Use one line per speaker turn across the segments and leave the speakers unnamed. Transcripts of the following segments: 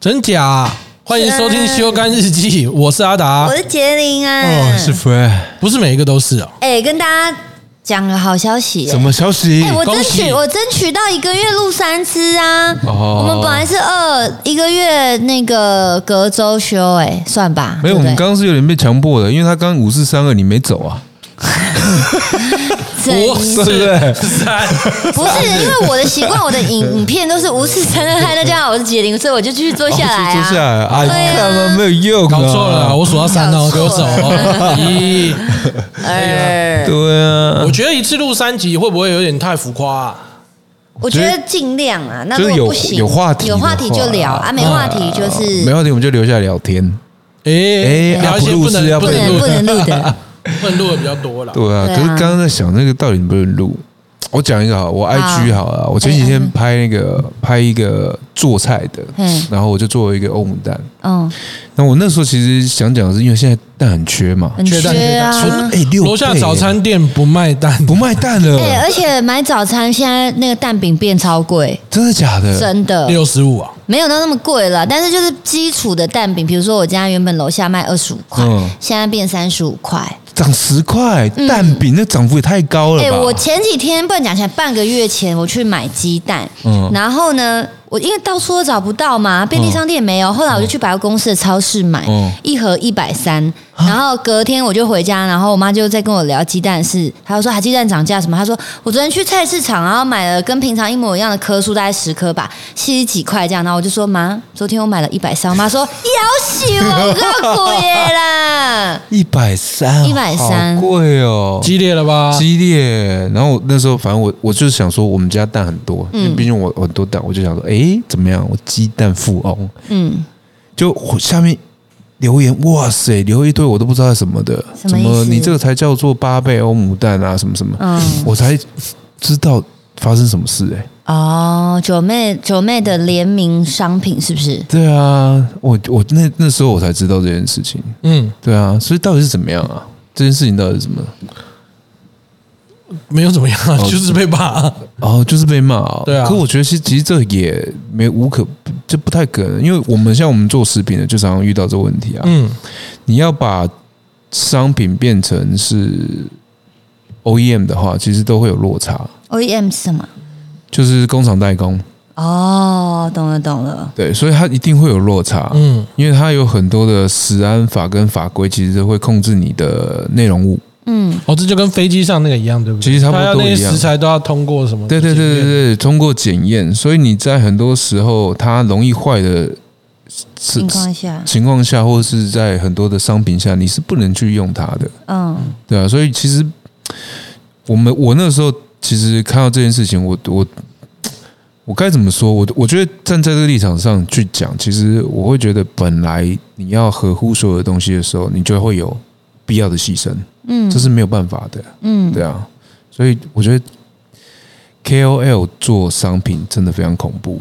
真假、欢迎收听《修干日记》，我是阿达
啊我，是杰林啊。
哦，是 Fred，
不是每一个都是哦。
哎、跟大家讲个好消息、哎
什么消息
哎、？我争
恭喜
取我争取到一个月录三次啊！
哦
我们本来是二一个月那个隔周休，哎，算吧。
没有，我
对
们
不对
刚刚是有点被强迫的，因为他刚五四三二你没走啊，
整
我是
对不对
三，
不是因为我的习惯，我的影影片都是无视承认嗨，大家好，我是杰林，所以我就继续坐下来
坐
啊。
下来啊，
对啊
你看嘛，没有 用，
搞错 了，，我数到三哦，
搞
给我走
错
哦。 一，
哎
对啊
我，觉得一次录三集会不会有点太浮夸啊？
我觉得尽量啊，那
就
如果
是有
不行，
有话题的
有
话啊
话题就聊啊，没话题就是
没话题，我们就留下来聊天。
哎，
哎
聊一些
啊不录
不
是
能
要
不
不
能
能
录
不能
的，
录 的。
不能录的比较多了。
对啊，
对啊
可是刚刚在想那个到底能不能录？我讲一个好，我 IG 好了，我前几天拍那个拍一个做菜的
哎嗯，
然后我就做了一个欧姆蛋。
嗯，
那我那时候其实想讲的是，因为现在蛋很缺嘛，
很
缺蛋
缺
所以
啊。
哎六
楼下
倍
早餐店不卖蛋，
不卖蛋了，
哎，而且买早餐现在那个蛋饼变超贵，
真的假的？
真的
六十五啊，
没有到那么贵了。但是就是基础的蛋饼，比如说我家原本楼下卖二十五块
嗯，
现在变三十五块。
涨十块，蛋饼那涨幅也太高了
哎、
吧？
我前几天不能讲起来，半个月前我去买鸡蛋，
嗯
然后呢，我因为到处都找不到嘛，便利商店没有，后来我就去百货公司的超市买，
嗯啊
一盒一百三，然后隔天我就回家，然后我妈就在跟我聊鸡蛋的事，她就说啊鸡蛋涨价什么，她说我昨天去菜市场，然后买了跟平常一模一样的颗数，大概十颗吧，七十几块这样，然后我就说妈，昨天我买了一百三，我妈说 要死我够贵的 啦，
一百三，
130
好贵哦，
激烈了吧？
激烈。然后那时候，反正我我就是想说，我们家蛋很多，
嗯
因为毕竟我我很多蛋，我就想说，哎，怎么样？我鸡蛋富翁，
嗯，
就下面留言，哇塞，留一堆我都不知道是什么的，
什么
怎
意思
么你这个才叫做八倍欧姆蛋啊，什么什么，
嗯
我才知道发生什么事哎、诶
哦，九妹九妹的联名商品是不是？
对啊，我我那那时候我才知道这件事情。
嗯，
对啊，所以到底是怎么样啊？这件事情到底是怎么？
没有怎么样啊，就是被骂。
哦，就是被骂、哦。
对啊
可我觉得其实其实这也没无可，这不太可能，因为我们像我们做食品的，就常常遇到这个问题啊。
嗯，
你要把商品变成是 OEM 的话，其实都会有落差，
OEM E 是什么？
就是工厂代工。
哦，懂了懂了。
对，所以它一定会有落差。
嗯，
因为它有很多的食安法跟法规，其实都会控制你的内容物。
嗯，
哦，这就跟飞机上那个一样，对不对？
其实差不多
它要那
一
些
样
食材都要通过什么？
对对对对对，通过检验，所以你在很多时候它容易坏的是
情况下，
情况下，或是在很多的商品下，你是不能去用它的，
嗯
对啊。所以其实我们我那时候其实看到这件事情，我我我该怎么说？我我觉得站在这个立场上去讲，其实我会觉得，本来你要合乎所有的东西的时候，你就会有必要的牺牲，
嗯
这是没有办法的。
嗯，
对啊，所以我觉得 KOL 做商品真的非常恐 怖。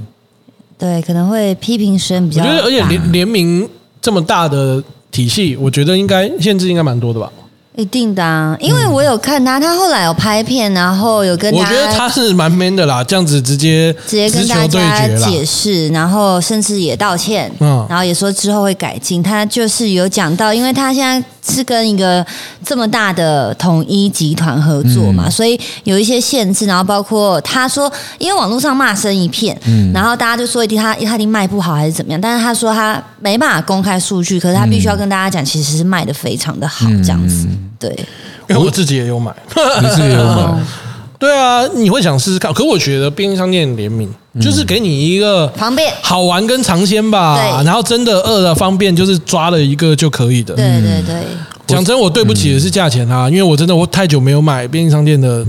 对，可能会批评声比
我
较
觉
大。
得，而且联联名这么大的体系，我觉得应该限制应该蛮多的吧。
一定的、啊，因为我有看他，他后来有拍片，然后有跟
我
大
觉得
家
他是蛮 man 的啦，这样子直接
直接跟
直球
大
对
家
决啦。
解释，然后甚至也道歉，
嗯
然后也说之后会改进。他就是有讲到，因为他现在是跟一个这么大的统一集团合作嘛，所以有一些限制。然后包括他说，因为网络上骂声一片，然后大家就说一定他他一定卖不好还是怎么样，但是他说他没办法公开数据，可是他必须要跟大家讲，其实是卖的非常的好，这样子。对，
因为我自己也有买。
你自己有买？
对啊，你会想试试看，可我觉得便利商店联名
嗯
就是给你一个
方便，
好玩跟尝鲜吧，
对
然后真的饿了方便就是抓了一个就可以的。
对嗯对对，
讲真，我对不起的是价钱啊，因为我真的我太久没有买便利商店的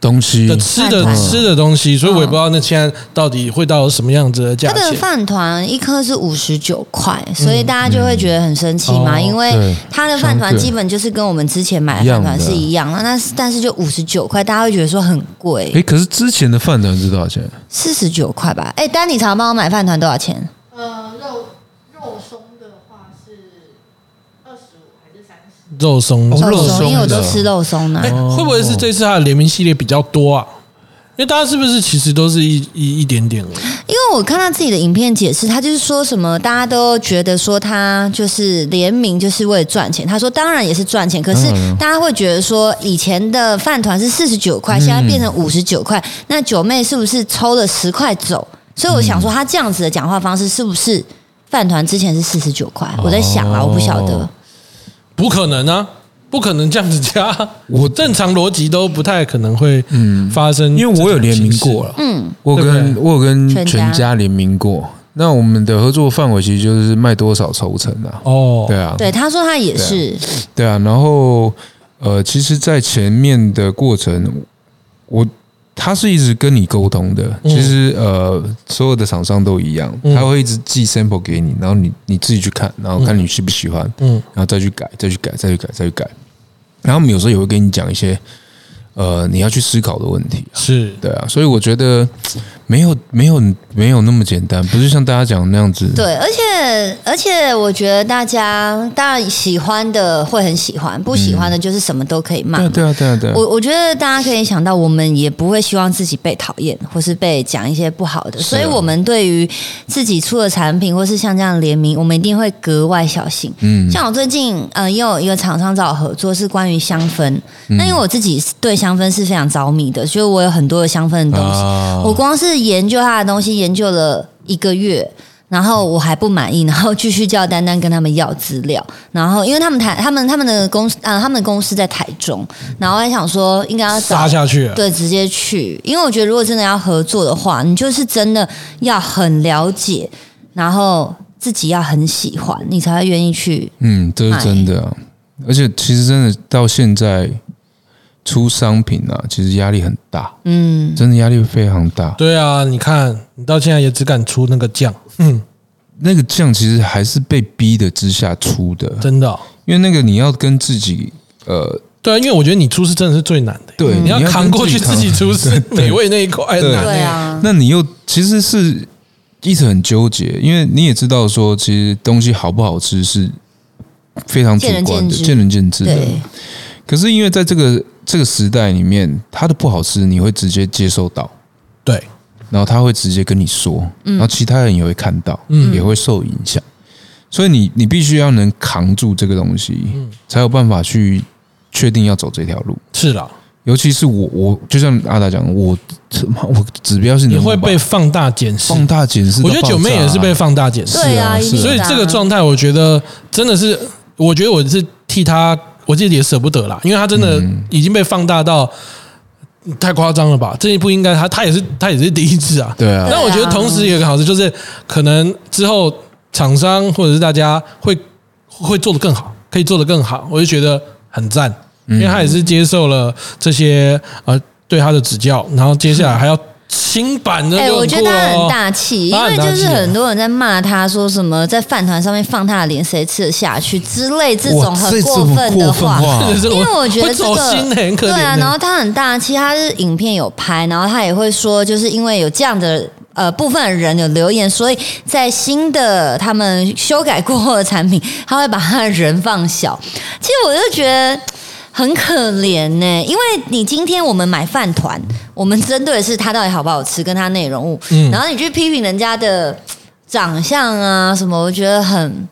东西
的吃的
嗯饭团
吃的东西，所以我也不知道那现在到底会到什么样子的价
它的
嗯
钱。
饭团一颗是五十九块，所以大家就会觉得很生气嘛，
哦
因为
对
它的饭团
相对
基本就是跟我们之前买的饭团是一样的，那但是就五十九块，大家会觉得说很贵，
哎，可是之前的饭团是多少钱？
四十九块吧？哎，丹，你常常帮我买饭团多少钱？
呃，肉肉松的话是二十五还是三十？
肉松
哦肉松的
因为我都吃肉松呢
哎、。会不会是啊这次它的联名系列比较多啊？因为大家是不是其实都是一一一点点而已？
因为我看到自己的影片解释，他就是说什么大家都觉得说他就是联名就是为了赚钱，他说当然也是赚钱，可是
当然了
大家会觉得说以前的饭团是四十九
嗯
块，现在变成五十九块，那九妹是不是抽了十块走？所以我想说，他这样子的讲话方式是不是饭团之前是四十九块？
哦
我在想啊，我不晓得。
不可能啊，不可能这样子加。
我嗯
正常逻辑都不太可能会发生，
因为我有联名过
了。
了，嗯，我有跟
对不
我有跟
全家
全家联名过。那我们的合作范围其实就是卖多少抽成啊，
哦，
对啊，
对，他说他也是，
对啊，然后呃，其实，在前面的过程，我他是一直跟你沟通的。其实呃，所有的厂商都一样，
嗯
他会一直寄 sample 给你，然后你你自己去看，然后看你喜不喜欢，
嗯
然后再去改，再去改，再去改，再去改。然后他们有时候也会跟你讲一些呃你要去思考的问题啊、
是
对啊，所以我觉得没有没有没有那么简单，不是像大家讲的那样子。
对，而且而且，我觉得大家当然喜欢的会很喜欢，不喜欢的就是什么都可以骂
对啊，。对啊，对啊，对啊。
我我觉得大家可以想到，我们也不会希望自己被讨厌，或是被讲一些不好的，
是
所
啊
以我们对于自己出的产品，或是像这样联名，我们一定会格外小心。
嗯
像我最近，呃，也有一个厂商找我合作，是关于香氛。那因为我自己对香氛是非常着迷的，就是我有很多的香氛的东西，
啊
嗯
我光是研究他的东西研究了一个月。然后我还不满意，然后继续叫丹丹跟他们要资料。然后因为他们台他们他们的公司啊，他们的公司在台中，然后我还想说应该要找
杀下去了。
对，直接去，因为我觉得如果真的要合作的话，你就是真的要很了解，然后自己要很喜欢，你才会愿意去。
嗯，这是真的、啊，而且其实真的到现在出商品啊，其实压力很大，
嗯，
真的压力非常大。
对啊，你看你到现在也只敢出那个酱，
那个酱其实还是被逼的之下出的，
真的哦、
因为那个你要跟自己呃，
对啊，因为我觉得你出是真的是最难的，
对
嗯你要
嗯你要
扛过去
跟
自
自己
己出是美味那一块很难、欸。
对，啊，
那你又其实是一直很纠结，因为你也知道说，其实东西好不好吃是非常主
见
观
仁见
的，
智
见仁见智的。
对，啊
可是因为在这个这个时代里面，它的不好吃你会直接接受到。
对，
然后他会直接跟你说，然后其他人也会看到，也会受影响。所以你你必须要能扛住这个东西，才有办法去确定要走这条路。
是啦，
尤其是我，我就像阿达讲，我 他妈我指标是
你
能
会
把
被放大检视。
放大检视
我
到爆
觉
炸啊、
得九妹也是被放大检视，
对啊，
是啊
一定
所以
的啊
这个状态，我觉得真的是，我觉得我是替她，我自己也舍不得啦，因为她真的
嗯
已经被放大到太夸张了吧？这一不应该，她她也是她也是第一次啊。
对啊，
但我觉得同时也有个好处，就是可能之后厂商或者是大家会会做得更好，可以做得更好，我就觉得很赞，
嗯
因为他也是接受了这些呃对他的指教，然后接下来还要新版的
哎、
给
我
们
觉
过
得他
了
很
哦，
大气，因
他
为
很大
就是
气啊
很多人在骂他，说什么在饭团上面放他的脸，谁吃得下去之类这种
哇
很
这
过
种
分的
过分话
真的是
因为我觉得
会
这
走
个
心的很可
对
怜欸。
啊，然后他很大气，他是影片有拍，然后他也会说，就是因为有这样的呃部分的人有留言，所以在新的他们修改过后的产品，他会把他的人放小。其实我就觉得。很可怜呢、
嗯
因为你今天我们买饭团，我们针对的是它到底好不好吃，跟它内容物。
嗯
然后你去批评人家的长相啊什么，我觉得很，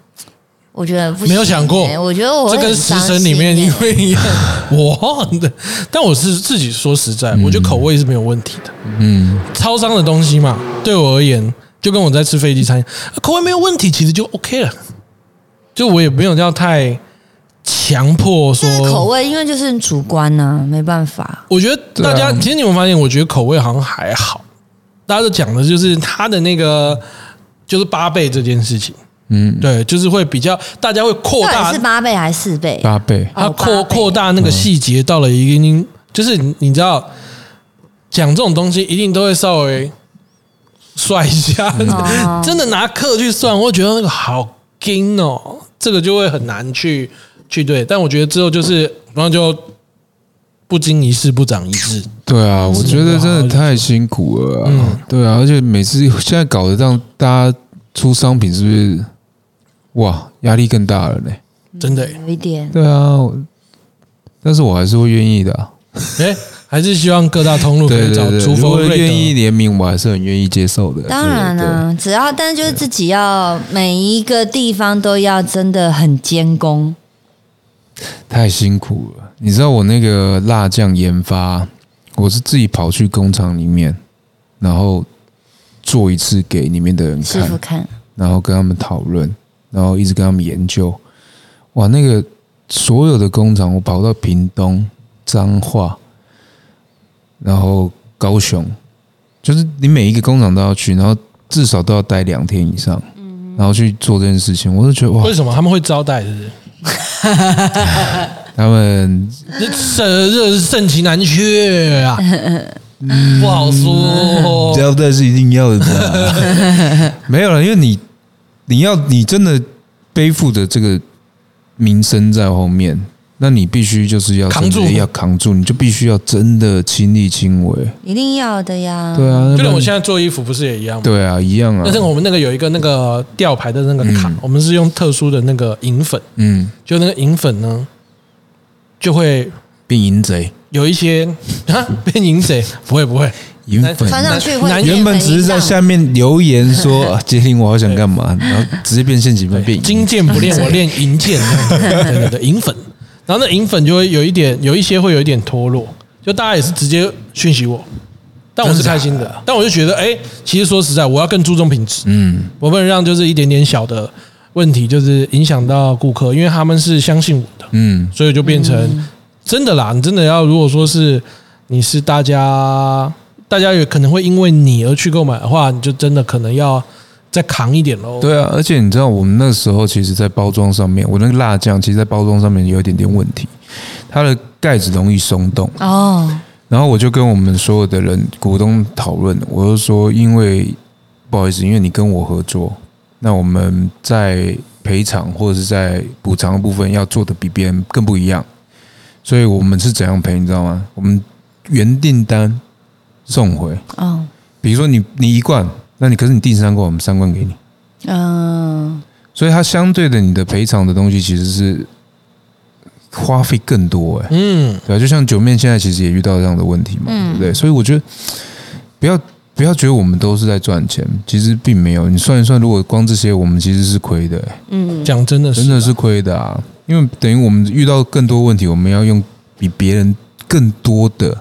我觉得不行
没有想过
欸我觉得我会
这跟
很
食
伤
神里
心
面
欸
因为一样， 我的，但我是自己说实在，我觉得口味是没有问题的。
嗯，
超商的东西嘛，对我而言，就跟我在吃飞机餐一样，口味没有问题，其实就 OK 了。就我也没有要太强迫说
但是口味，因为就是主观呐、没办法。
我觉得大家、
对啊
其实你们发现，我觉得口味好像还好，大家都讲的就是它的那个就是八倍这件事情，
嗯，
对，就是会比较大家会扩
到
大啊
底是八倍还是四倍？
八倍，
它
哦
扩
八倍
扩大那个
嗯
细节到了一定，就是你你知道讲这种东西一定都会稍微算一下，
嗯
哦
真的拿克去算，我会觉得那个好硬哦，这个就会很难去去对。但我觉得之后就是，然后就不经一事不长一智，
对啊，
嗯
我觉得真的太辛苦了、啊，对啊，而且每次现在搞得让大家出商品是不是哇压力更大了呢？
真的、
嗯有一点，
对啊，我但是我还是会愿意的啊、
哎、还是希望各大通路可
对
以找
对对，
朱
如
峰
果
瑞
愿意
德。
联名，我还是很愿意接受的。
当然啊
对
啦、，只要但是就是自己要每一个地方都要真的很监工，
对太辛苦了。你知道我那个辣酱研发，我是自己跑去工厂里面，然后做一次给里面的人
师
看
傅，看
然后跟他们讨论，然后一直跟他们研究。哇，那个所有的工厂，我跑到屏东、彰化，然后高雄，就是你每一个工厂都要去，然后至少都要待两天以上，然后去做这件事情。我就觉得哇
为，什么他们会招待？是不是？
他们
这这盛情难却啊，不好说。哦
交代是一定要的吧， 没有了，因为你你要你真的背负着这个名声在后面，那你必须就是要
扛住
真的要扛住，你就必须要真的亲力亲为。
一定要的呀。
对啊，
嗯就像
那不
我
然
现在做衣服不是也一样吗？
对啊，一样啊
那。这个我们那个有一个那个吊牌的那个卡，我们是用特殊的那个银粉，
嗯，
就那个银粉呢，就会
变淫贼，
有一些 啊变淫贼，不会不会，
淫粉。
穿上去会
男
变
原本
成
只是在
淫荡
下面留言 说啊杰林，我好想干嘛，然后直接变现几分变淫
金剑不练我练银剑，对对对，银粉，然后那银粉就会有一点，有一些会有一点脱落，就大家也是直接讯息我。但我是开心的，但我就觉得，哎、其实说实在，我要更注重品质，
嗯，
我不能让就是一点点小的问题，就是影响到顾客，因为他们是相信我的，
嗯，
所以就变成、真的啦。你真的要如果说是你是大家，大家有可能会因为你而去购买的话，你就真的可能要再扛一点喽。，
对啊，而且你知道，我们那时候其实，在包装上面，我那个辣酱其实，在包装上面有一点点问题，它的盖子容易松动。
哦，
然后我就跟我们所有的人股东讨论，我就说，因为不好意思，因为你跟我合作，那我们在赔偿或者是在补偿的部分要做的比别人更不一样，所以我们是怎样赔，你知道吗？我们原订单送回，
哦，
比如说你你一罐，那你可是你订三罐，我们三罐给你。
嗯、
所以它相对的，你的赔偿的东西其实是花费更多哎、
嗯。
对啊，就像九面现在其实也遇到这样的问题嘛，对不对？所以我觉得不要不要觉得我们都是在赚钱，其实并没有。你算一算，如果光这些，我们其实是亏的、哎
嗯，
讲真的是，
真的是亏的啊！因为等于我们遇到更多问题，我们要用比别人更多的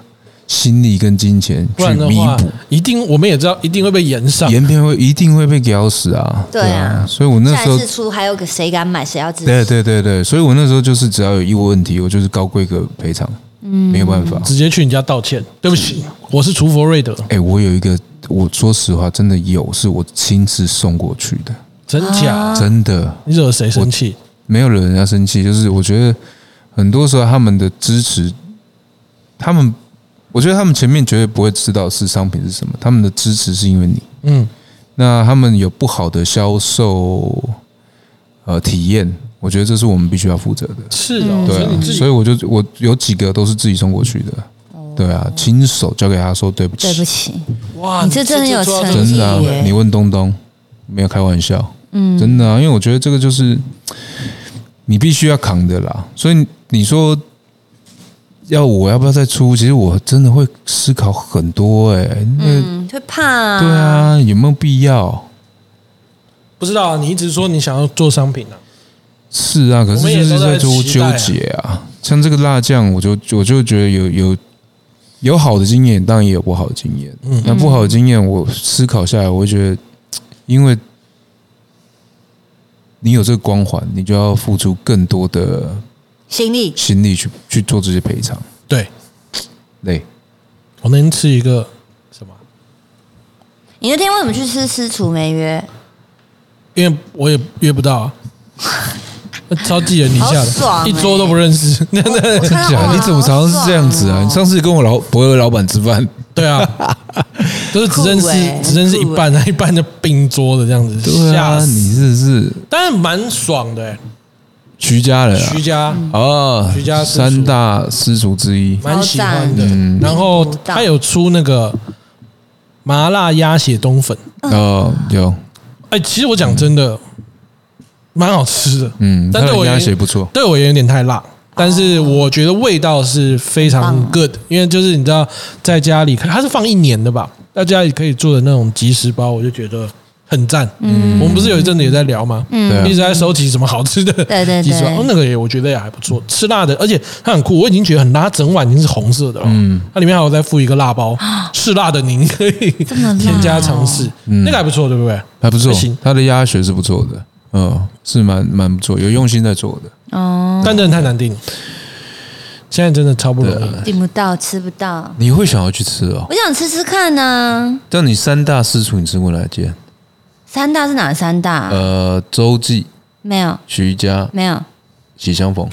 心力跟金钱
不
去
然的
弥
话
补。，
一定我们也知道一定会被延上。
盐片会一定会被咬死啊！
对啊
所以我那
下
时
一
候
次出还有个谁敢买，谁要自己
对对对对，所以我那时候就是只要有义务问题，我就是高规格赔偿，没有办法。
直接去人家道歉，对不起，我是厨佛瑞德，
哎、我有一个，我说实话，真的有，是我亲自送过去的，
真假？
真的
你惹谁生气？
没有惹人家生气。就是我觉得很多时候他们的支持，他们，我觉得他们前面绝对不会知道是商品是什么，他们的支持是因为你。
嗯，
那他们有不好的销售呃体验，我觉得这是我们必须要负责的。
是哦，所以
对啊
你，自己
所以我就我有几个都是自己送过去的，对啊，亲手交给他说对不
对
起
不，起，
哇，
你这真的有
做到
诚
这
意
真的、啊
谢谢，
你问东东，没有开玩笑，嗯，真的啊，因为我觉得这个就是你必须要扛的啦，所以你说要我要不要再出，其实我真的会思考很多、欸，哎，那、
嗯，会怕、啊
对，啊，有没有必要？
不知道啊，你一直说你想要做商品啊，
是啊，可
我
是
们也
就
都
是
在
纠
期
纠
待啊
结啊。像这个辣酱，我就我就觉得有有有好的经验，当然也有不好的经验。
嗯
那不好的经验，我思考下来，我会觉得，因为你有这个光环，你就要付出更多的
心力
心力去去做这些赔偿。
对
对，
我那天吃一个什么？
你那天为什么去吃私厨没约？
因为我也约不到啊， 超寄人篱下
好爽
的，
欸
一桌都不认识， 真的
我看到哎哇
你怎么常常是这样子啊？
好爽哦
你上次跟我老博尔老板吃饭，
对啊， 都是只认识
酷欸
只认识一半，啊那一半就并桌的这样子，
对
吓
啊，
死！
你是是
但是蛮爽的欸，
徐家人啊
徐？家
哦，
徐家私厨
三大私厨之一。
蛮喜欢的。然后他有出那个麻辣鸭血冬粉，
嗯
哦，有，
哎，其实我讲真的，蛮好吃的。
嗯，
但
它
对
嗯的
我
鸭
也
血不错，
对我也有点太辣，但是我觉得味道是非常
很棒
good，因为就是你知道，在家里它是放一年的吧，在家里可以做的那种即食包，我就觉得很赞。嗯，我们不是有一阵子也在聊吗？
对啊
一直在收集什么好吃的，
嗯 对对
即食包
对
哦，那个也我觉得也还不错，吃辣的，而且它很酷，我已经觉得很辣，它整碗已经是红色的了，嗯，它里面还有再附一个辣 包， 是辣的您可以
么辣哦
添加尝试，那个还不错，对不对？
还不错
还行，
它的鸭血是不错的，嗯，是蛮蛮不错，有用心在做的。
哦，
但真的太难定了，现在真的超不容易。
哎
订不到，吃不到。
你会想要去吃哦？
我想吃吃看呢、
但你三大私厨你吃过哪间？
三大是哪三大？
呃，周记、
没有，
徐家、
没有，
喜相逢，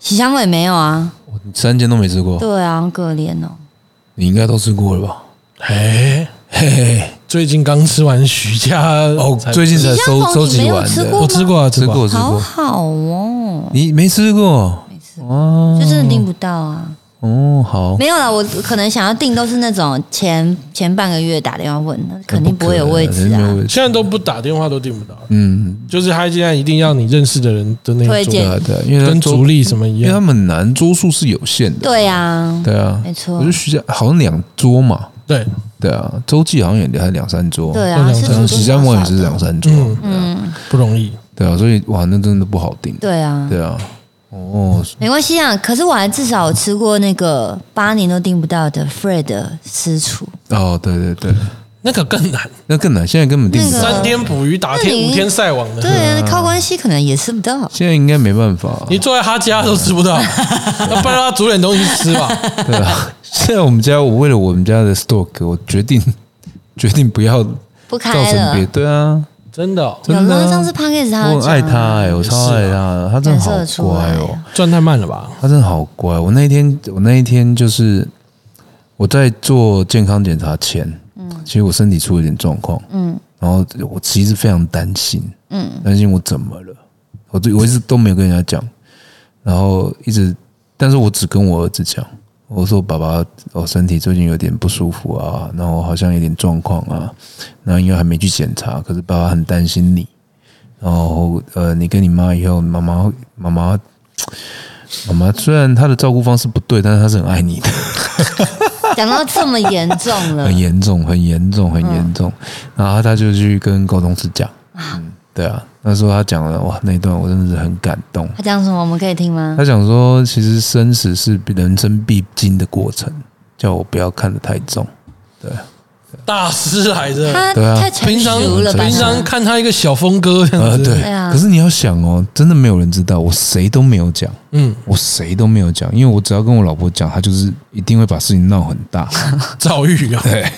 喜香味没有啊。
哇你三间都没吃过，
对啊，好可怜哦。
你应该都吃过了吧？
哎，
嘿嘿，
最近刚吃完徐家
哦，
才
最近才
喜相
收
逢
收
你没
集
有
完
吃
的
过，
我吃过啊，
吃过
过，
吃
好
过，
好哦，
你没吃过？
就真的订不到啊。
嗯哦，好，
没有啦，我可能想要订都是那种前前半个月打电话问的，肯定不会有位置
那哎不可能
啊
没有。位置
现在都不打电话都订不到，
嗯，
就是他现在一定要你认识的人的那个
推
桌
荐
对啊对啊，因为
跟
它
主
桌，
力什么一
因为他
样，
们难桌数是有限的，
对啊，
对啊，
没错
我觉得徐家好像两桌嘛，
对，
对啊，周记好像也才两三桌，
对
都
啊，
两
是
张
主
像
动
喜相逢也
少
是
的
两三桌，
嗯
嗯，
不容易。
对啊，所以哇，那真的不好定，
对啊，
对啊，哦，
没关系啊。可是我还至少有吃过那个八年都订不到的 Fred 私厨，
哦，对对对，
那个更难，
那更难，现在根本定不
那个
到，
三天捕鱼打天
嗯那你
五天晒网
对
的，
啊，靠关系可能也吃不到。
现在应该没办法，
你坐在他家都吃不 到，那不然让他煮点东西吃吧。
对啊， 现在我们家，我为了我们家的 stock，我决定 决定不要
不开
造成
了
别，对啊，
真的哦，
有
真的啊
啦，上次 p a c k a g e 他
我
有
很爱他
讲啊
哎、我超爱他的，他真的好
啊感
乖
受得出
哦
来，
赚太慢了吧？
他真的好乖。我那一天，我那一天就是我在做健康检查前，嗯，其实我身体出了点状况，嗯，然后我其实非常担心，嗯，担心我怎么了，我对我一直都没有跟人家讲，然后一直，但是我只跟我儿子讲，我说爸爸，我身体最近有点不舒服啊，然后好像有点状况啊，然后因为还没去检查，可是爸爸很担心你，然后呃，你跟你妈以后，妈妈会妈妈妈妈虽然她的照顾方式不对，但是她是很爱你的，
讲到这么严重了
很，严重，很严重，很严重。然后她就去跟高中师讲，嗯，对啊，那时候她讲了，哇，那一段我真的是很感动。
他讲什么我们可以听吗？
他讲说，其实生死是人生必经的过程，叫我不要看得太重。啊
大师来着，
他
对啊
太成
平常
熟了吧？
平常看他一个小峰哥这
呃，
样
对
子，
啊
可是你要想哦，真的没有人知道，我谁都没有讲，
嗯，
我谁都没有讲，因为我只要跟我老婆讲，她就是一定会把事情闹很大，
遭遇啊，
对，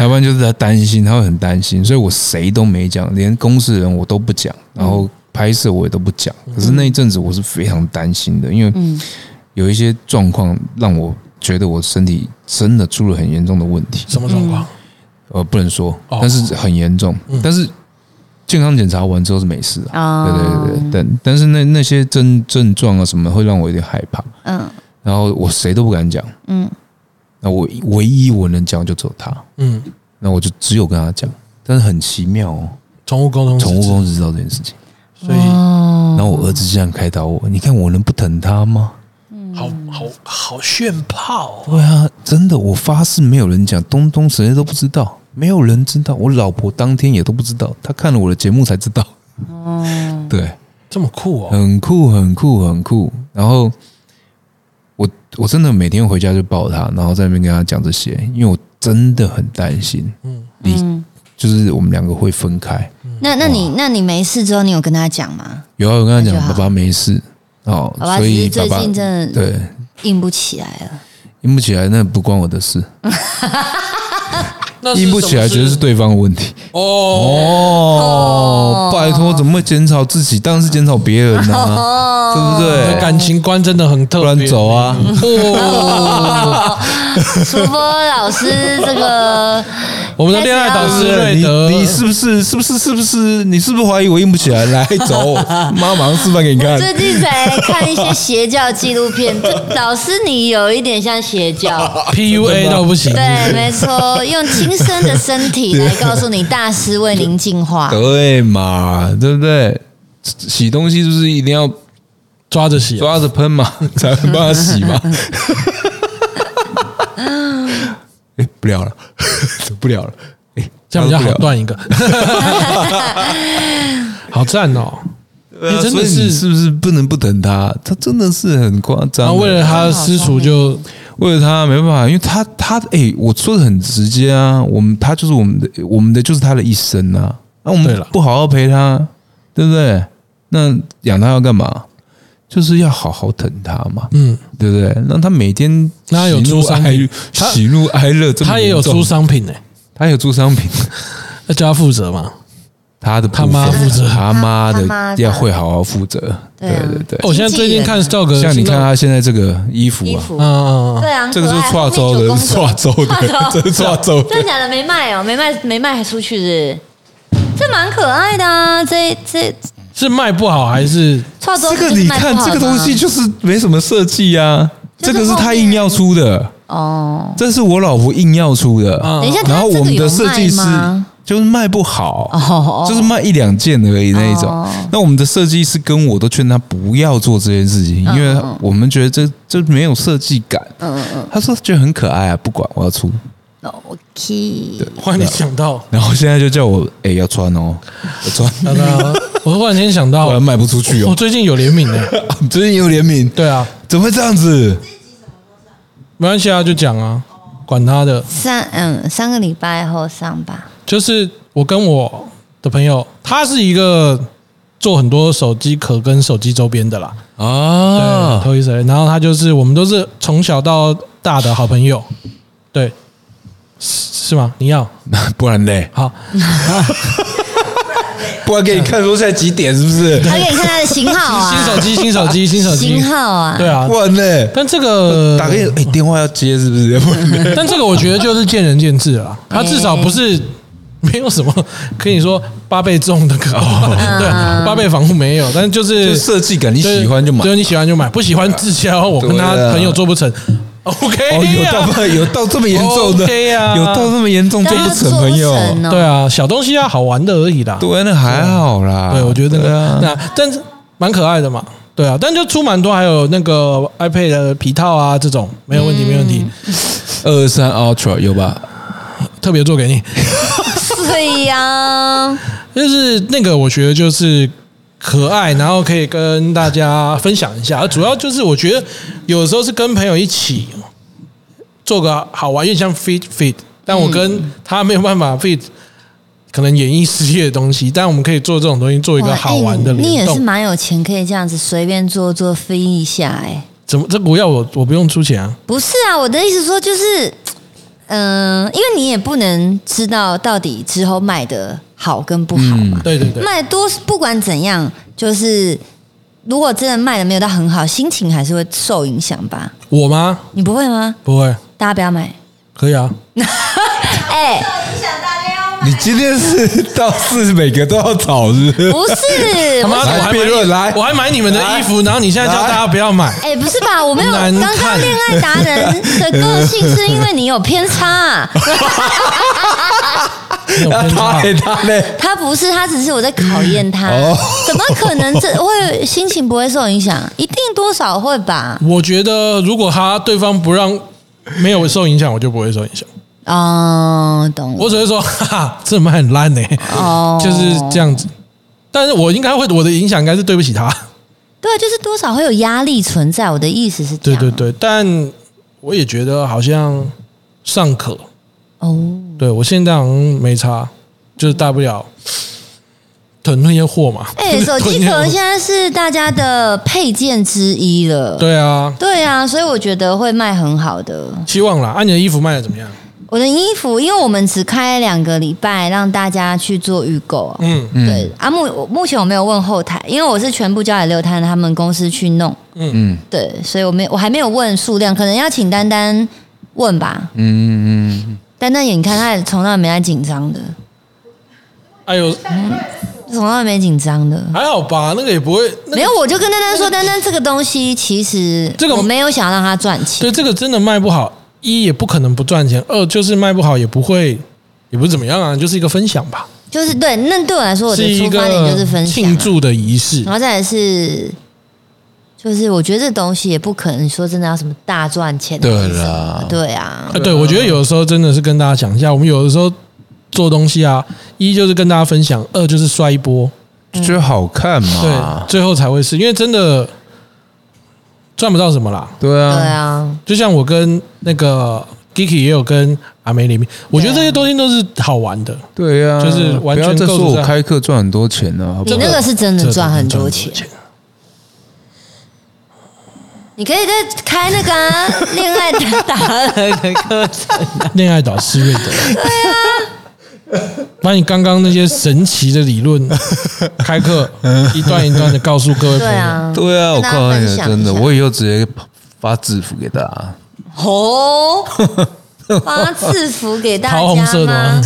要不然就是她担心，她会很担心，所以我谁都没讲，连公司的人我都不讲，
嗯
然后拍摄我也都不讲。可是那一阵子我是非常担心的，因为
嗯
有一些状况让我觉得我身体真的出了很严重的问题。
什么状况？
呃，不能说，
哦
但是很严重。
嗯
但是健康检查完之后是没事啊。
哦，
对对对对，但但是那那些症症状啊什么，会让我有点害怕。
嗯
然后我谁都不敢讲。
嗯，
那我唯一我能讲就只有他，
嗯，
那我就只有跟他讲。但是很奇妙哦，
宠物沟通师，
宠物公司知道这件事情。
所以
哦
然，后我儿子竟然开导我，你看我能不疼他吗？
好好好炫炮哦，
对啊，真的，我发誓没有人讲，东东谁都不知道，没有人知道，我老婆当天也都不知道，她看了我的节目才知道。哦，对，
这么酷哦，
很酷，很酷，很酷。然后我我真的每天回家就抱她，然后在那边跟她讲这些，因为我真的很担心，
嗯，
你、就是我们两个会分开。
那那你那你没事之后，你有跟他讲吗？
有啊，我跟她
那就
讲，
好
爸爸没事哦，
爸爸
所
只
以
是
爸
最
爸
近真的
对
硬不起来了。
硬不起来，那不关我的事，
那
硬不起来
什
觉
么
得是对方的问题。
哦，
哦，拜托，怎么会检讨自己？当然是检讨别人呐、 对不
那
对？
感情观真的很特
不
别，
然走啊！
哦，主播老师这 个
我们的恋爱导
是
师
不是
瑞德，
你你是不是是不是是不是你是不是怀疑我硬不起来？来 走，妈马上示范给你看。
最近在看一些邪教纪录片，这老师你有一点像邪
啊
教。
PUA 到不行，
对，没错，用亲身的身体来告诉你，大师为您 净化。
欸对嘛，对不对？洗东西就是一定要
抓着洗啊，
抓着喷 嘛，才能帮他洗嘛。哎，不聊了， 不聊了。哎，
这样比较
不
好
聊
断 一个。好赞哦！
对啊
哎真的
所以
是
你是不是不能不等他？他真的是很夸
然
张欸。
后为了他的私厨就
为了他没办法，因为他他哎、我说的很直接啊，我们他就是我们的，我们的就是他的一生啊。那、我
对
们
了
不好好陪他，对不对？那养他要干嘛？就是要好好疼他嘛，
嗯，
对不对？让他每天
那他有
喜怒
出商
哀
品他
喜怒哀乐这么
他也有
严重
出，商品哎，
他有出商品，
要叫他负责嘛。哦
他的部
他妈
分
负责
他妈
他妈
的
的
要会好好负责，
对
对
啊
对对。
我现在最近看 Stock，
像你看，他现在这个衣服
衣
啊，
服
嗯，嗯，嗯
对啊，
这个是跨州的，是跨州的， 这是跨州的
真。的假的？没卖哦，没卖，没卖出去是不是？这蛮可爱的啊，这这
是卖不好还是
创州
这个
不是
你
卖啊不
看，
好
这个东西
吗
就是没什么设计啊，
就是
这个是他硬要出的，
哦，
这是我老婆硬要出的。
嗯
等一下，
啊然后
哎它这个
我们
有
的设计师
卖吗
就是卖不好，
哦
就是卖一两件而已那一种
哦。
那我们的设计师跟我都劝他不要做这件事情，因为我们觉得这这没有设计感。
嗯嗯嗯
他说觉得很可爱啊，不管我要出。
哦，OK，
忽然间想到，
然后现在就叫我哎要穿哦，要穿，
想
啊
到我忽然间想到
不，然卖不出去
我
哦。
最近有联名哎，
最近有联名，
对啊，
怎么会这样子？
没关系啊，就讲啊，管他的，
三嗯三个礼拜后上吧。
就是我跟我的朋友，他是一个做很多手机壳跟手机周边的啦，
啊
对，头一谁？然后他就是我们都是从小到大的好朋友，对，是是吗？你要
不然嘞，
好，
不然给你看说现在几点是不是？
而且你看它的型号 啊，
新手机，新手机，新手 机
型，号啊，
对啊。呃
不然嘞，
但这个
打给哎电话要接是不是？ 不 然嘞
但这个我觉得就是见仁见智了。他至少不是没有什么可以说八倍重的可怕， 对啊，八倍防护没有，但是就是
就设计感你喜欢就买。
对你喜欢就买，不喜欢滞销，我跟他
对啊
朋友做 不成。
哦，
OK，
有
哎 呀
到有到这么严重的，
OK 啊
有到这么严重做不成朋友
当，然做不成哦
对啊，小东西啊，好玩的而已啦。
对，那还好啦。
对，我觉得那
对
个
啊，
那但是蛮可爱的嘛。对啊，但就出蛮多，还有那个 iPad 的皮套啊，这种没有问题，没问题，
二三 Ultra 有吧？
特别做给你。
对呀，
就是那个，我觉得就是可爱，然后可以跟大家分享一下。而主要就是我觉得有时候是跟朋友一起做个好玩，有点像 fit fit，但我跟他没有办法 fit，可能演艺事业的东西，但我们可以做这种东西，做一个
哇
好玩的
哎你你
联
也是
动。
蛮有钱，可以这样子随便做做飞一下哎。
怎么这股要我我不用出钱啊？
不是啊，我的意思说就是，嗯、因为你也不能知道到底之后卖的好跟不好嘛。
嗯对对对，
卖得多不管怎样，就是如果真的卖的没有到很好，心情还是会受影响吧？
我吗？
你不会吗？
不会，
大家不要 买。
可以啊。
哎、
你今天是到是每个都要吵是不是？
不是，
他
不
妈的，我还买
是
辩论来
我还买你们的衣服，然后你现在叫大家不要 买。
哎、不是吧？我没有。
难
刚
看
刚恋爱达人的个性是因为你有偏差、啊，
你有偏差
他嘞他嘞，
他不是，他只是我在考验他。
哦
怎么可能这会心情不会受影响？一定多少会吧？
我觉得如果他对方不让没有受影响，我就不会受影响。
哦，懂。
我只会说，哈哈，这卖很烂呢、欸
哦
就是这样子。但是我应该会，我的影响应该是对不起他。
对，啊就是多少会有压力存在。我的意思是这
对
样。
对对，但我也觉得好像尚可。
哦，
对我现在好像没差，就是大不了囤那些货嘛。
哎、手
囤
机
那些货
壳现在是大家的配件之一了。
对啊，
对啊，所以我觉得会卖很好的。
希望啦。啊按、你的衣服卖的怎么样？
我的衣服，因为我们只开两个礼拜，让大家去做预购啊。
嗯
对啊，目我目前我没有问后台，因为我是全部交给六摊他们公司去弄。
嗯
对，所以我没我还没有问数量，可能要请丹丹问吧。
嗯嗯嗯，
丹丹也你看，他也从来没来紧张的，
哎呦，
从来没紧张的。
还好吧，那个也不会。那个
没有，我就跟丹丹说，丹丹这个东西其实
这个
我没有想让他赚钱，
对，这个真的卖不好，一也不可能不赚钱，二就是卖不好也不会，也不怎么样啊，就是一个分享吧，
就是对，那对我来说，我
是
的
一
出发点就是啊
个
分享
庆
啊，
祝的仪式
然。后再来是就是我觉得这东西也不可能说真的要什么大赚钱，
对啦
了，对啊，
啊，对，我觉得有的时候真的是跟大家讲一下，我们有的时候做东西啊，一就是跟大家分享，二就是摔一波，
就觉得好看嘛
对，。最后才会是因为真的赚不到什么啦。
对
对
啊，
啊，
就像我跟那个 Giki 也有跟阿梅里面，我觉得这些东西都是好玩的，
对啊，
就是完全
不要再
构
说
筑在
我开课赚很多钱呢，好不
你
好
那个是真的
这
赚很多
钱
钱，。你可以再开那个啊恋、爱打打的课程，
啊
恋爱导师瑞德，对啊，把你刚刚那些神奇的理论开课
嗯
一段一段的告诉各位
对
朋友。
啊，
对啊，我
跟大家
告诉
分
你，
享一
真的，
下
我以后直接发制服给大家。
哦，发制服给大家
桃红色的吗
吗？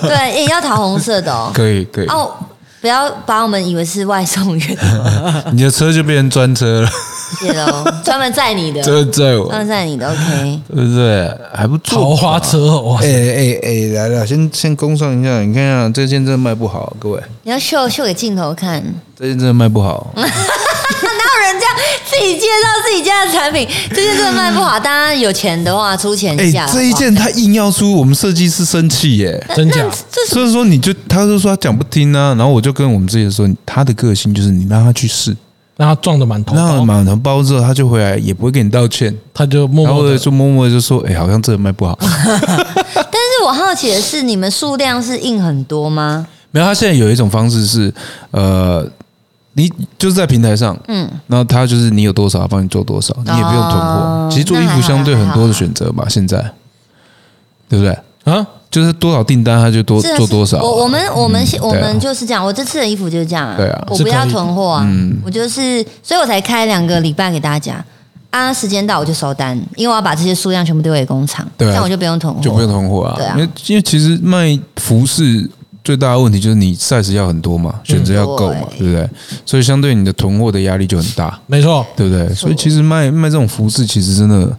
对，也要桃红色的哦。
可以可以，
哦，不要把我们以为是外送员，
你的车就变成专车了，
谢喽，专门载你的，
这这
专门
我，
载你的，OK。
对不对？还不错吧，
桃花车哦，哇
哎哎哎，来了，先先攻上一下，你看啊，这件真的卖不好，各位，
你要秀秀给镜头看，啊
这件真的卖不好，
哪有人家自己介绍自己家的产品？这件真的卖不好，大家有钱的话出钱一
哎
下。，
这一件他硬要出，我们设计师生气耶。
真假？
这是
所以说，你就他就说他讲不听啊，然后我就跟我们自己说，他的个性就是你让他去试，
让他撞得满头
让
包，
满头包之后，他就回来也不会跟你道歉，
他就默
然
默
后
的
就默默地就说，哎，好像真的卖不好。
但是我好奇的是，你们数量是印很多吗？
没有，他现在有一种方式是，呃，你就是在平台上，嗯，然后他就是你有多少，他帮你做多少，你也不用囤货。
哦
其实做衣服相对很多的选择嘛，现在，对不对？
啊，
就是多少订单他就多
是啊
做多少啊、
是我我们我们、我
对啊
们就是这样，我这次的衣服就是这样啊，
对啊
我
是
不
可
要
以
囤货啊，
嗯
我就是，所以我才开两个礼拜给大家。啊，时间到我就收单，因为我要把这些数量全部丢给工厂，
对啊
这样我就不用囤货，
就不用囤货啊。
对啊
因为因为其实卖服饰最大的问题就是你 size 要很多嘛，选择要够嘛，
嗯对
对不对？所以相对你的囤货的压力就很大，
没错。
对不对？所以其实卖卖这种服饰，其实真的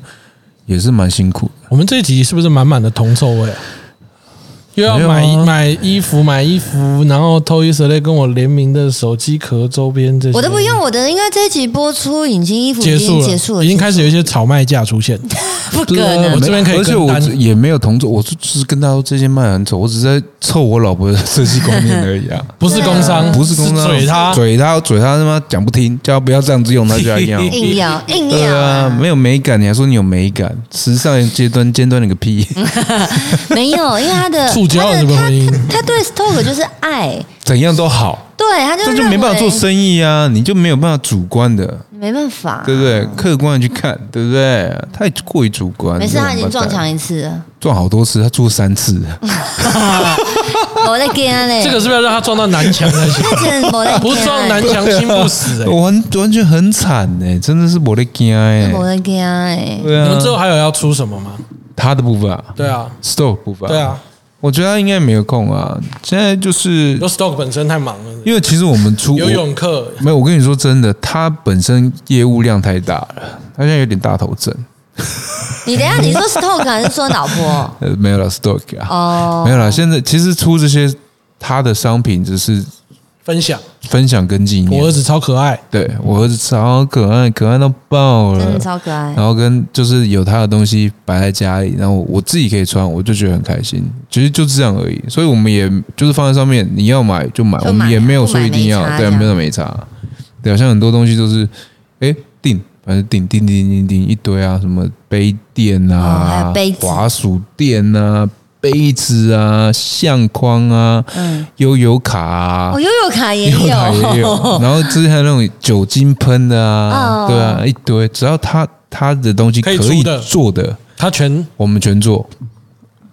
也是蛮辛苦的。
我们这一集是不是满满的铜臭味啊？又要买
没有啊
买衣服，买衣服，然后偷一蛇类跟我联名的手机壳周边这些，
我都不用我的，因为这一集播出已经衣服
结
已
束
经
了，
结束了，
已经开始有一些炒卖价出现。
不哦可
对啊
我
能。
这边可以
而且
跟
我
单
也没有同桌，我就只是跟他说这件卖很丑，我只是在凑我老婆的设计观念而已啊，
不嗯是工伤，
不是公司啊
嘴他，。
嘴他嘴他他妈讲不听，叫他不要这样子用，他就要一样
硬要硬
对
要、
啊，没有美感，你还说你有美感？时尚尖端尖端你个屁！
没有，因为他的
触礁
他
了这
的
个
他
婚姻
他他对 Stoke 就是爱，
怎样都好，
对他就
这就
认
没办法做
为
生意啊，你就没有办法主观的，
没办法，
对不对？客观的去看，对不对？太过于主观。
没事，
这种
他已经
笨蛋
撞墙一次了，
撞好多次，他做三次，
我在跟他嘞，
这个是不是要让他撞到南墙才行？
啊 真的没啊在
不撞南墙心不死哎、
完完全很惨哎，真的是我的惊哎。
我在跟哎，
对
你
啊
们之后还有要出什么吗？
他的部分啊，
对啊，
，store 部分，
对啊，
我觉得他应该没有空啊。现在就是
有 stock 本身太忙了，
因为其实我们出
游泳课
我没有，我跟你说真的，他本身业务量太大了，他现在有点大头症。
你等一下你说 Stoke 还是说老婆？
呃，没有了，stock 啊，
哦
没有了。现在其实出这些他的商品只是
分享，
分享跟纪念。
我儿子超可爱，
对我儿子超可爱，可爱到爆
真
了
的。超可爱
然，后跟就是有他的东西摆在家里，然后我自己可以穿，我就觉得很开心。其实就是这样而已，所以我们也就是放在上面，你要买就买，
就买
我们也没有说一定
不买没
要，
差
对啊，
这样
没有没差。对啊，像很多东西都是，哎，订，反正订订订订订一堆啊，什么杯垫
哦还
啊
有，杯子
滑鼠垫啊，杯子啊，相框啊，
嗯，
悠游卡啊
哦，，悠悠卡也
有啦也 有，然后之前还有那种酒精喷的啊，
哦
对啊，一堆，只要他他的东西
可
可
以出
以
的
做的，
他全
我们全做。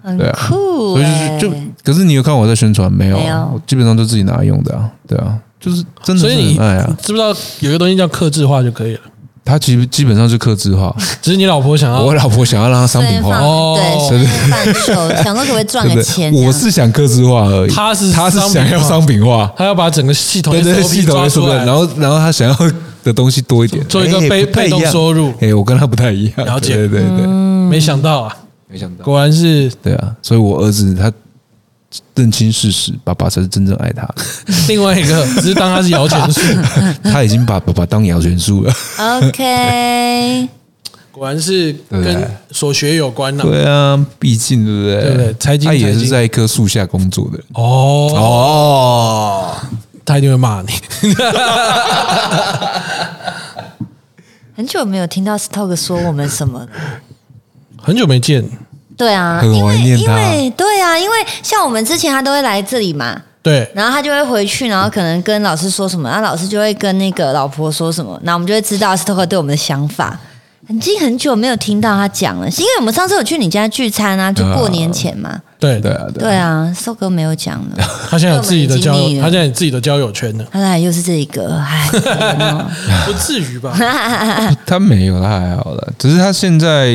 很
对啊
酷
所以
哎，
就是就，可是你有看我在宣传没有
没
啊？
有
我基本上都自己拿来用的啊，对啊，就是真的
所以你
是很爱啊。
知不知道有一个东西叫克制化就可以了？
他其实基本上是克制化，
只是你老婆想要
我老婆想要让他商
顺
品
便
化
放，
哦
对，顺便贩售，想说可不可以赚
啊对不
个
对
钱？？啊这
我
样
是想克制化而已，
他是
他是想要商品化，
她要把整个系统
对对对，
SOP
系统
抓
的
出
出
来，
来，然后然后他想要的东西多一点，
做一个
哎
被
不太
被动
一样
收入
哎，我跟他不太一样，
了解
对
嗯
对对，
没想到啊，
没想到。
果然是
对啊，所以我儿子他认清事实，爸爸才是真正爱 他的。
另外一个只是当他是摇钱 树，
他已经把爸爸当摇钱 树了。
OK，
果然是
对不
跟
对
所学有关呐、
对啊，毕竟对不对？
对不对财经
他也
财经
是在一棵树下工作的。
哦，
哦，
他一定会骂你。
很久没有听到 Stock 说我们什么了。
很久没见，
对啊，
很
因
怀
为
念
因
他
为对啊，因为像我们之前他都会来这里嘛，
对，
然后他就会回去，然后可能跟老师说什么，然啊后老师就会跟那个老婆说什么，然后我们就会知道 Stoker 对我们的想法。已经很久没有听到他讲了，是因为我们上次有去你家聚餐啊，就过年前嘛。
对
对，啊，对啊
对啊，Stoker 没有讲呢，
他现在有自己的交
我们已经腻
友，
了
他现在有自己的交友圈 了，
他来又是这一个，唉，怎么
不至于吧？ 啊
他没有，他还好了。只是他现在，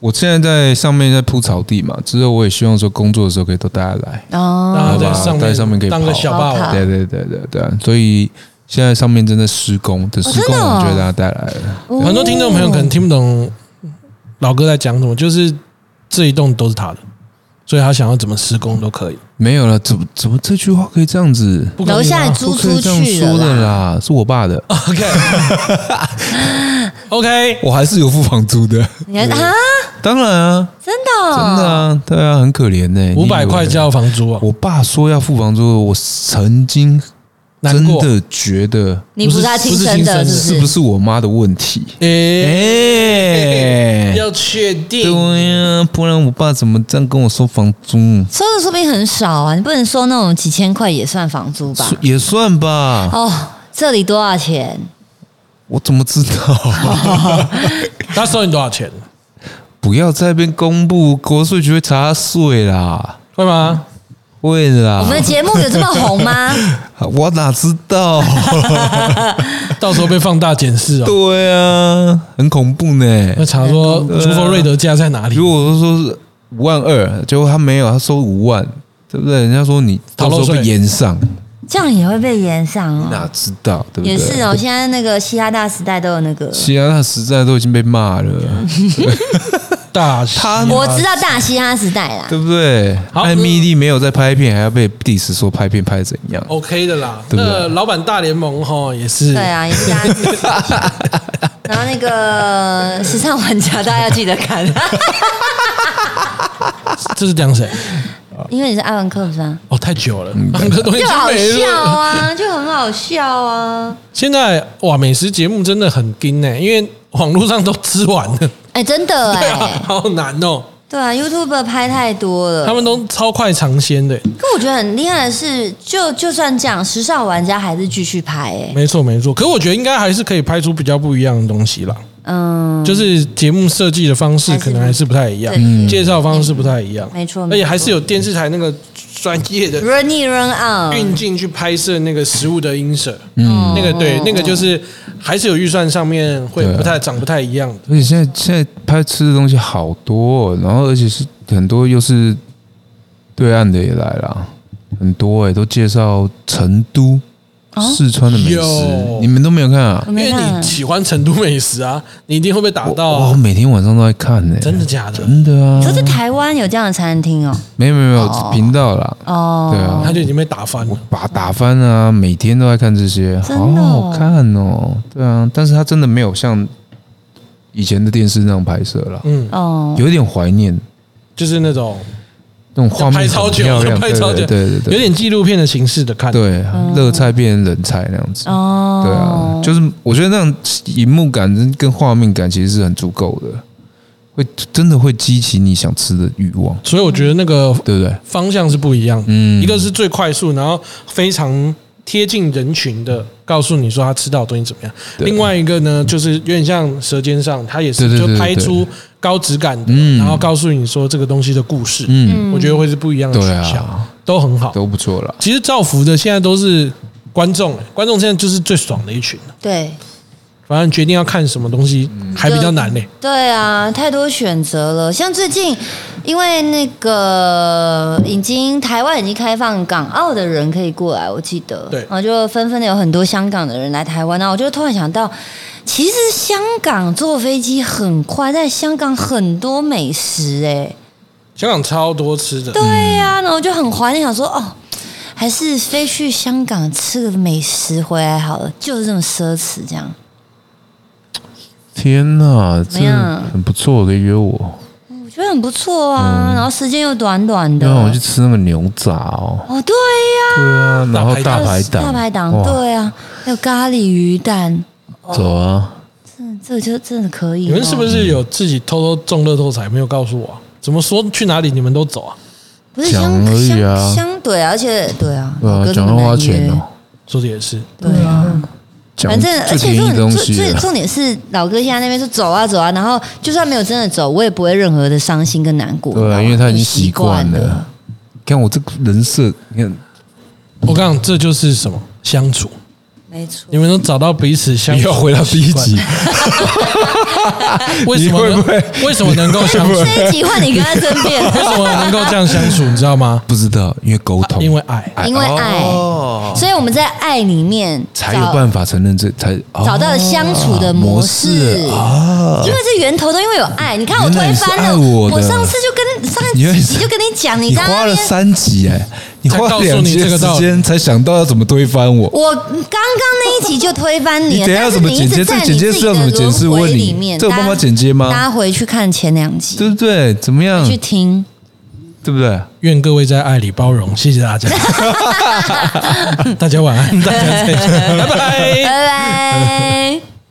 我现在在上面在铺草地嘛，之后我也希望说工作的时候可以都带他来。
哦，
让他啊在
好吧
上
在
面
上面可以
当个
跑
小霸
好
王
啊。
对对对对对啊！所以现在上面正在施工，等施工
真的哦
我就会让他带来了。
很多听众朋友可能听不懂老哥在讲什么，就是这一栋都是他的，所以他想要怎么施工都可以。
没有了，怎么怎么这句话可以这样子？
不可以吗
楼下租
不可以
出
这样
去了
说的
啦，
啦，是我爸的，
OK OK，
我还是有付房租的。
你看啊，
当然啊，
真的哦，
真的啊，对啊，很可怜呢、你以为
五百块交房租啊，
我爸说要付房租，我曾经
难
真
过。
的觉得
你不是他亲生的，
不是
是
是不？是我妈的问 题？
诶，
哎、
要确定
对呀、不然我爸怎么这样跟我收房租？
收的说不定很少啊，你不能收那种几千块也算房租吧？
也算吧，
哦，这里多少钱？
我怎么知道？啊
他收你多少钱？
不要在那边公布，国税局会查税啦，
会吗？
会啦
我。们的节目有这么红吗？
啊我哪知道？
到时候被放大检视哦。
对啊，很恐怖呢
那。查说
对啊
厨佛瑞德家在哪里？
如果说是五万二，结果他没有，他收五万，对不对？人家说你
逃
到
漏
时候
税
被延上，
这样也会被延上哦。
哪知道？对不对？
也是哦，现在那个希腊大时代都有那个，
其他他实在都已经被骂了，
大西
他
我知道大希腊时代啦。
对不对？
好
艾米丽没有在拍片，还要被 diss 说拍片拍得怎样？
OK 的啦。
对不对
那老板大联盟哈也是
对，啊，也是大家自己。 然后那个时尚玩家，大家要记得看，
这是讲谁？
因为你是艾文克鲁斯啊，
哦，太久了，
嗯
两个东西
就
就
好
没
笑
了。
啊，就很好笑啊。
现在哇，美食节目真的很精呢，因为网络上都吃完了，
哎，真的
对
哎、
啊， 好难哦。
对啊，YouTube 拍太多了。
他们都超快尝鲜的，
可我觉得很厉害的是，就就算这样，时尚玩家还是继续拍、欸，
没错没错。可我觉得应该还是可以拍出比较不一样的东西啦，
嗯，
就是节目设计的方式
还是
可能还是不太一样
对，嗯
介绍方式不太一样，
没错
而且还是有电视台那个专业的
run in run
运
out，
镜去拍摄那个食物的音色，
嗯
那个对，那个就是还是有预算上面会
对啊
不太长不太一样
哦
的。
而且现在现在拍吃的东西好多哦、然后而且是很多又是对岸的也来了，很多哎、都介绍成都、
哦
四川的美
有
食，你们都没有看啊
我？
因
没
为
看
你，喜欢成都美食啊，你一定会被打
我
到
我
啊！
每天晚上都在看呢、
真的假的？
真的啊，
可是台湾有这样的餐厅哦，
没有没有没
哦
有频道啦，对
哦，
啊
他，就已经被打翻了。
把打翻啊，每天都在看这些，
真的
好
哦
好看哦。对啊，但是它真的没有像以前的电视那样拍摄了，
嗯，
哦，
有一点怀念
就是那种
那种画面
拍超
很
久
漂亮，
拍
对
超久
对对对对，
有点纪录片的形式的看。
对热菜变冷菜那样子。
嗯哦，
对啊，就是我觉得那种荧幕感跟跟画面感其实是很足够的，会真的会激起你想吃的欲望，
所以我觉得那个
对不对？
方向是不一样的。
嗯
一个是最快速，然后非常贴近人群的，告诉你说他吃到的东西怎么样。
对
另外一个呢，就是有点像《舌尖上》，它也是
对对
就
对对
拍出高质感的，
嗯
然后告诉你说这个东西的故事。
嗯，
我觉得会是不一样的
对
取向，
啊，
都很好。
都不错啦。
其实造福的现在都是观众、欸观众现在就是最爽的一群。
对
反正决定要看什么东西还比较难呢、欸
对啊，太多选择了。像最近，因为那个已经台湾已经开放港澳的人可以过来，我记得，
对
然后就纷纷的有很多香港的人来台湾。然后我就突然想到，其实香港坐飞机很快，在香港很多美食哎、
香港超多吃的，
对呀、
嗯
然后我就很怀念，想说哦，还是飞去香港吃个美食回来好了，就是这么奢侈这样。
天哪，
怎
这
么样
很不错，可以约我，
我觉得很不错啊，然后时间又短短的。
要嗯让我去吃那个牛杂哦。
哦，对呀、
对啊，然后大排档，
大排档，
哇，
对啊，还有咖喱鱼蛋，
走啊！
嗯，这个就真的可以。
你们是不
是？
是有自己偷偷中乐透彩没有告诉我啊、怎么说去哪里你们都走啊？
不是
讲
相
而已啊
相相对啊，而且对啊，
对啊
老哥，
讲
那
要
么难
花钱
约
哦，
说的也是，
对啊。
讲
反正而
最
且
便宜
重
的
点
东
最
西
最
了，
重点是老哥现在那边说走啊走啊，然后就算没有真的走，我也不会任何的伤心跟难过。你知
对
道
啊，
吗
因为他已经
就
习惯
惯
了。。看我这个人设，你看
我刚讲这就是什么相处，
没错
你，们能找到彼此相处。
又回到第一集，
为什么
你会
能
不会
为什么能够相处？为
这一集换你跟他争 辩，
什么能够这样相处？你知道吗？
不知道，因为沟通，
啊因为爱。
因为爱，
哎哦
所以我们在爱里面
才有
找
办法承认这才哦
找到了相处的模式
模啊
因为这源头都因为有爱，你看我
原来
推
你是
翻
爱
了。
我的
上次就跟上
原来
几
是
集就跟你讲，你
你
在那
花了
边
三集哎，你
才
花
告
了
诉
两
你
集
这个
的
道
时
理
间才想到要怎么推翻我，
我刚刚那一集就推翻你
你
了，
等一下
但是
怎么
你
剪接
一直在
这个剪接
你自己
是要
的
怎么剪是
轮回
问你
里面
这有
大家
办法剪接吗
大家回去看前两集，
对不对？怎么样？
去听。
对不对？
愿各位在爱里包容，谢谢大 家。
嗯
大家晚安，大家再见，拜拜。
拜拜。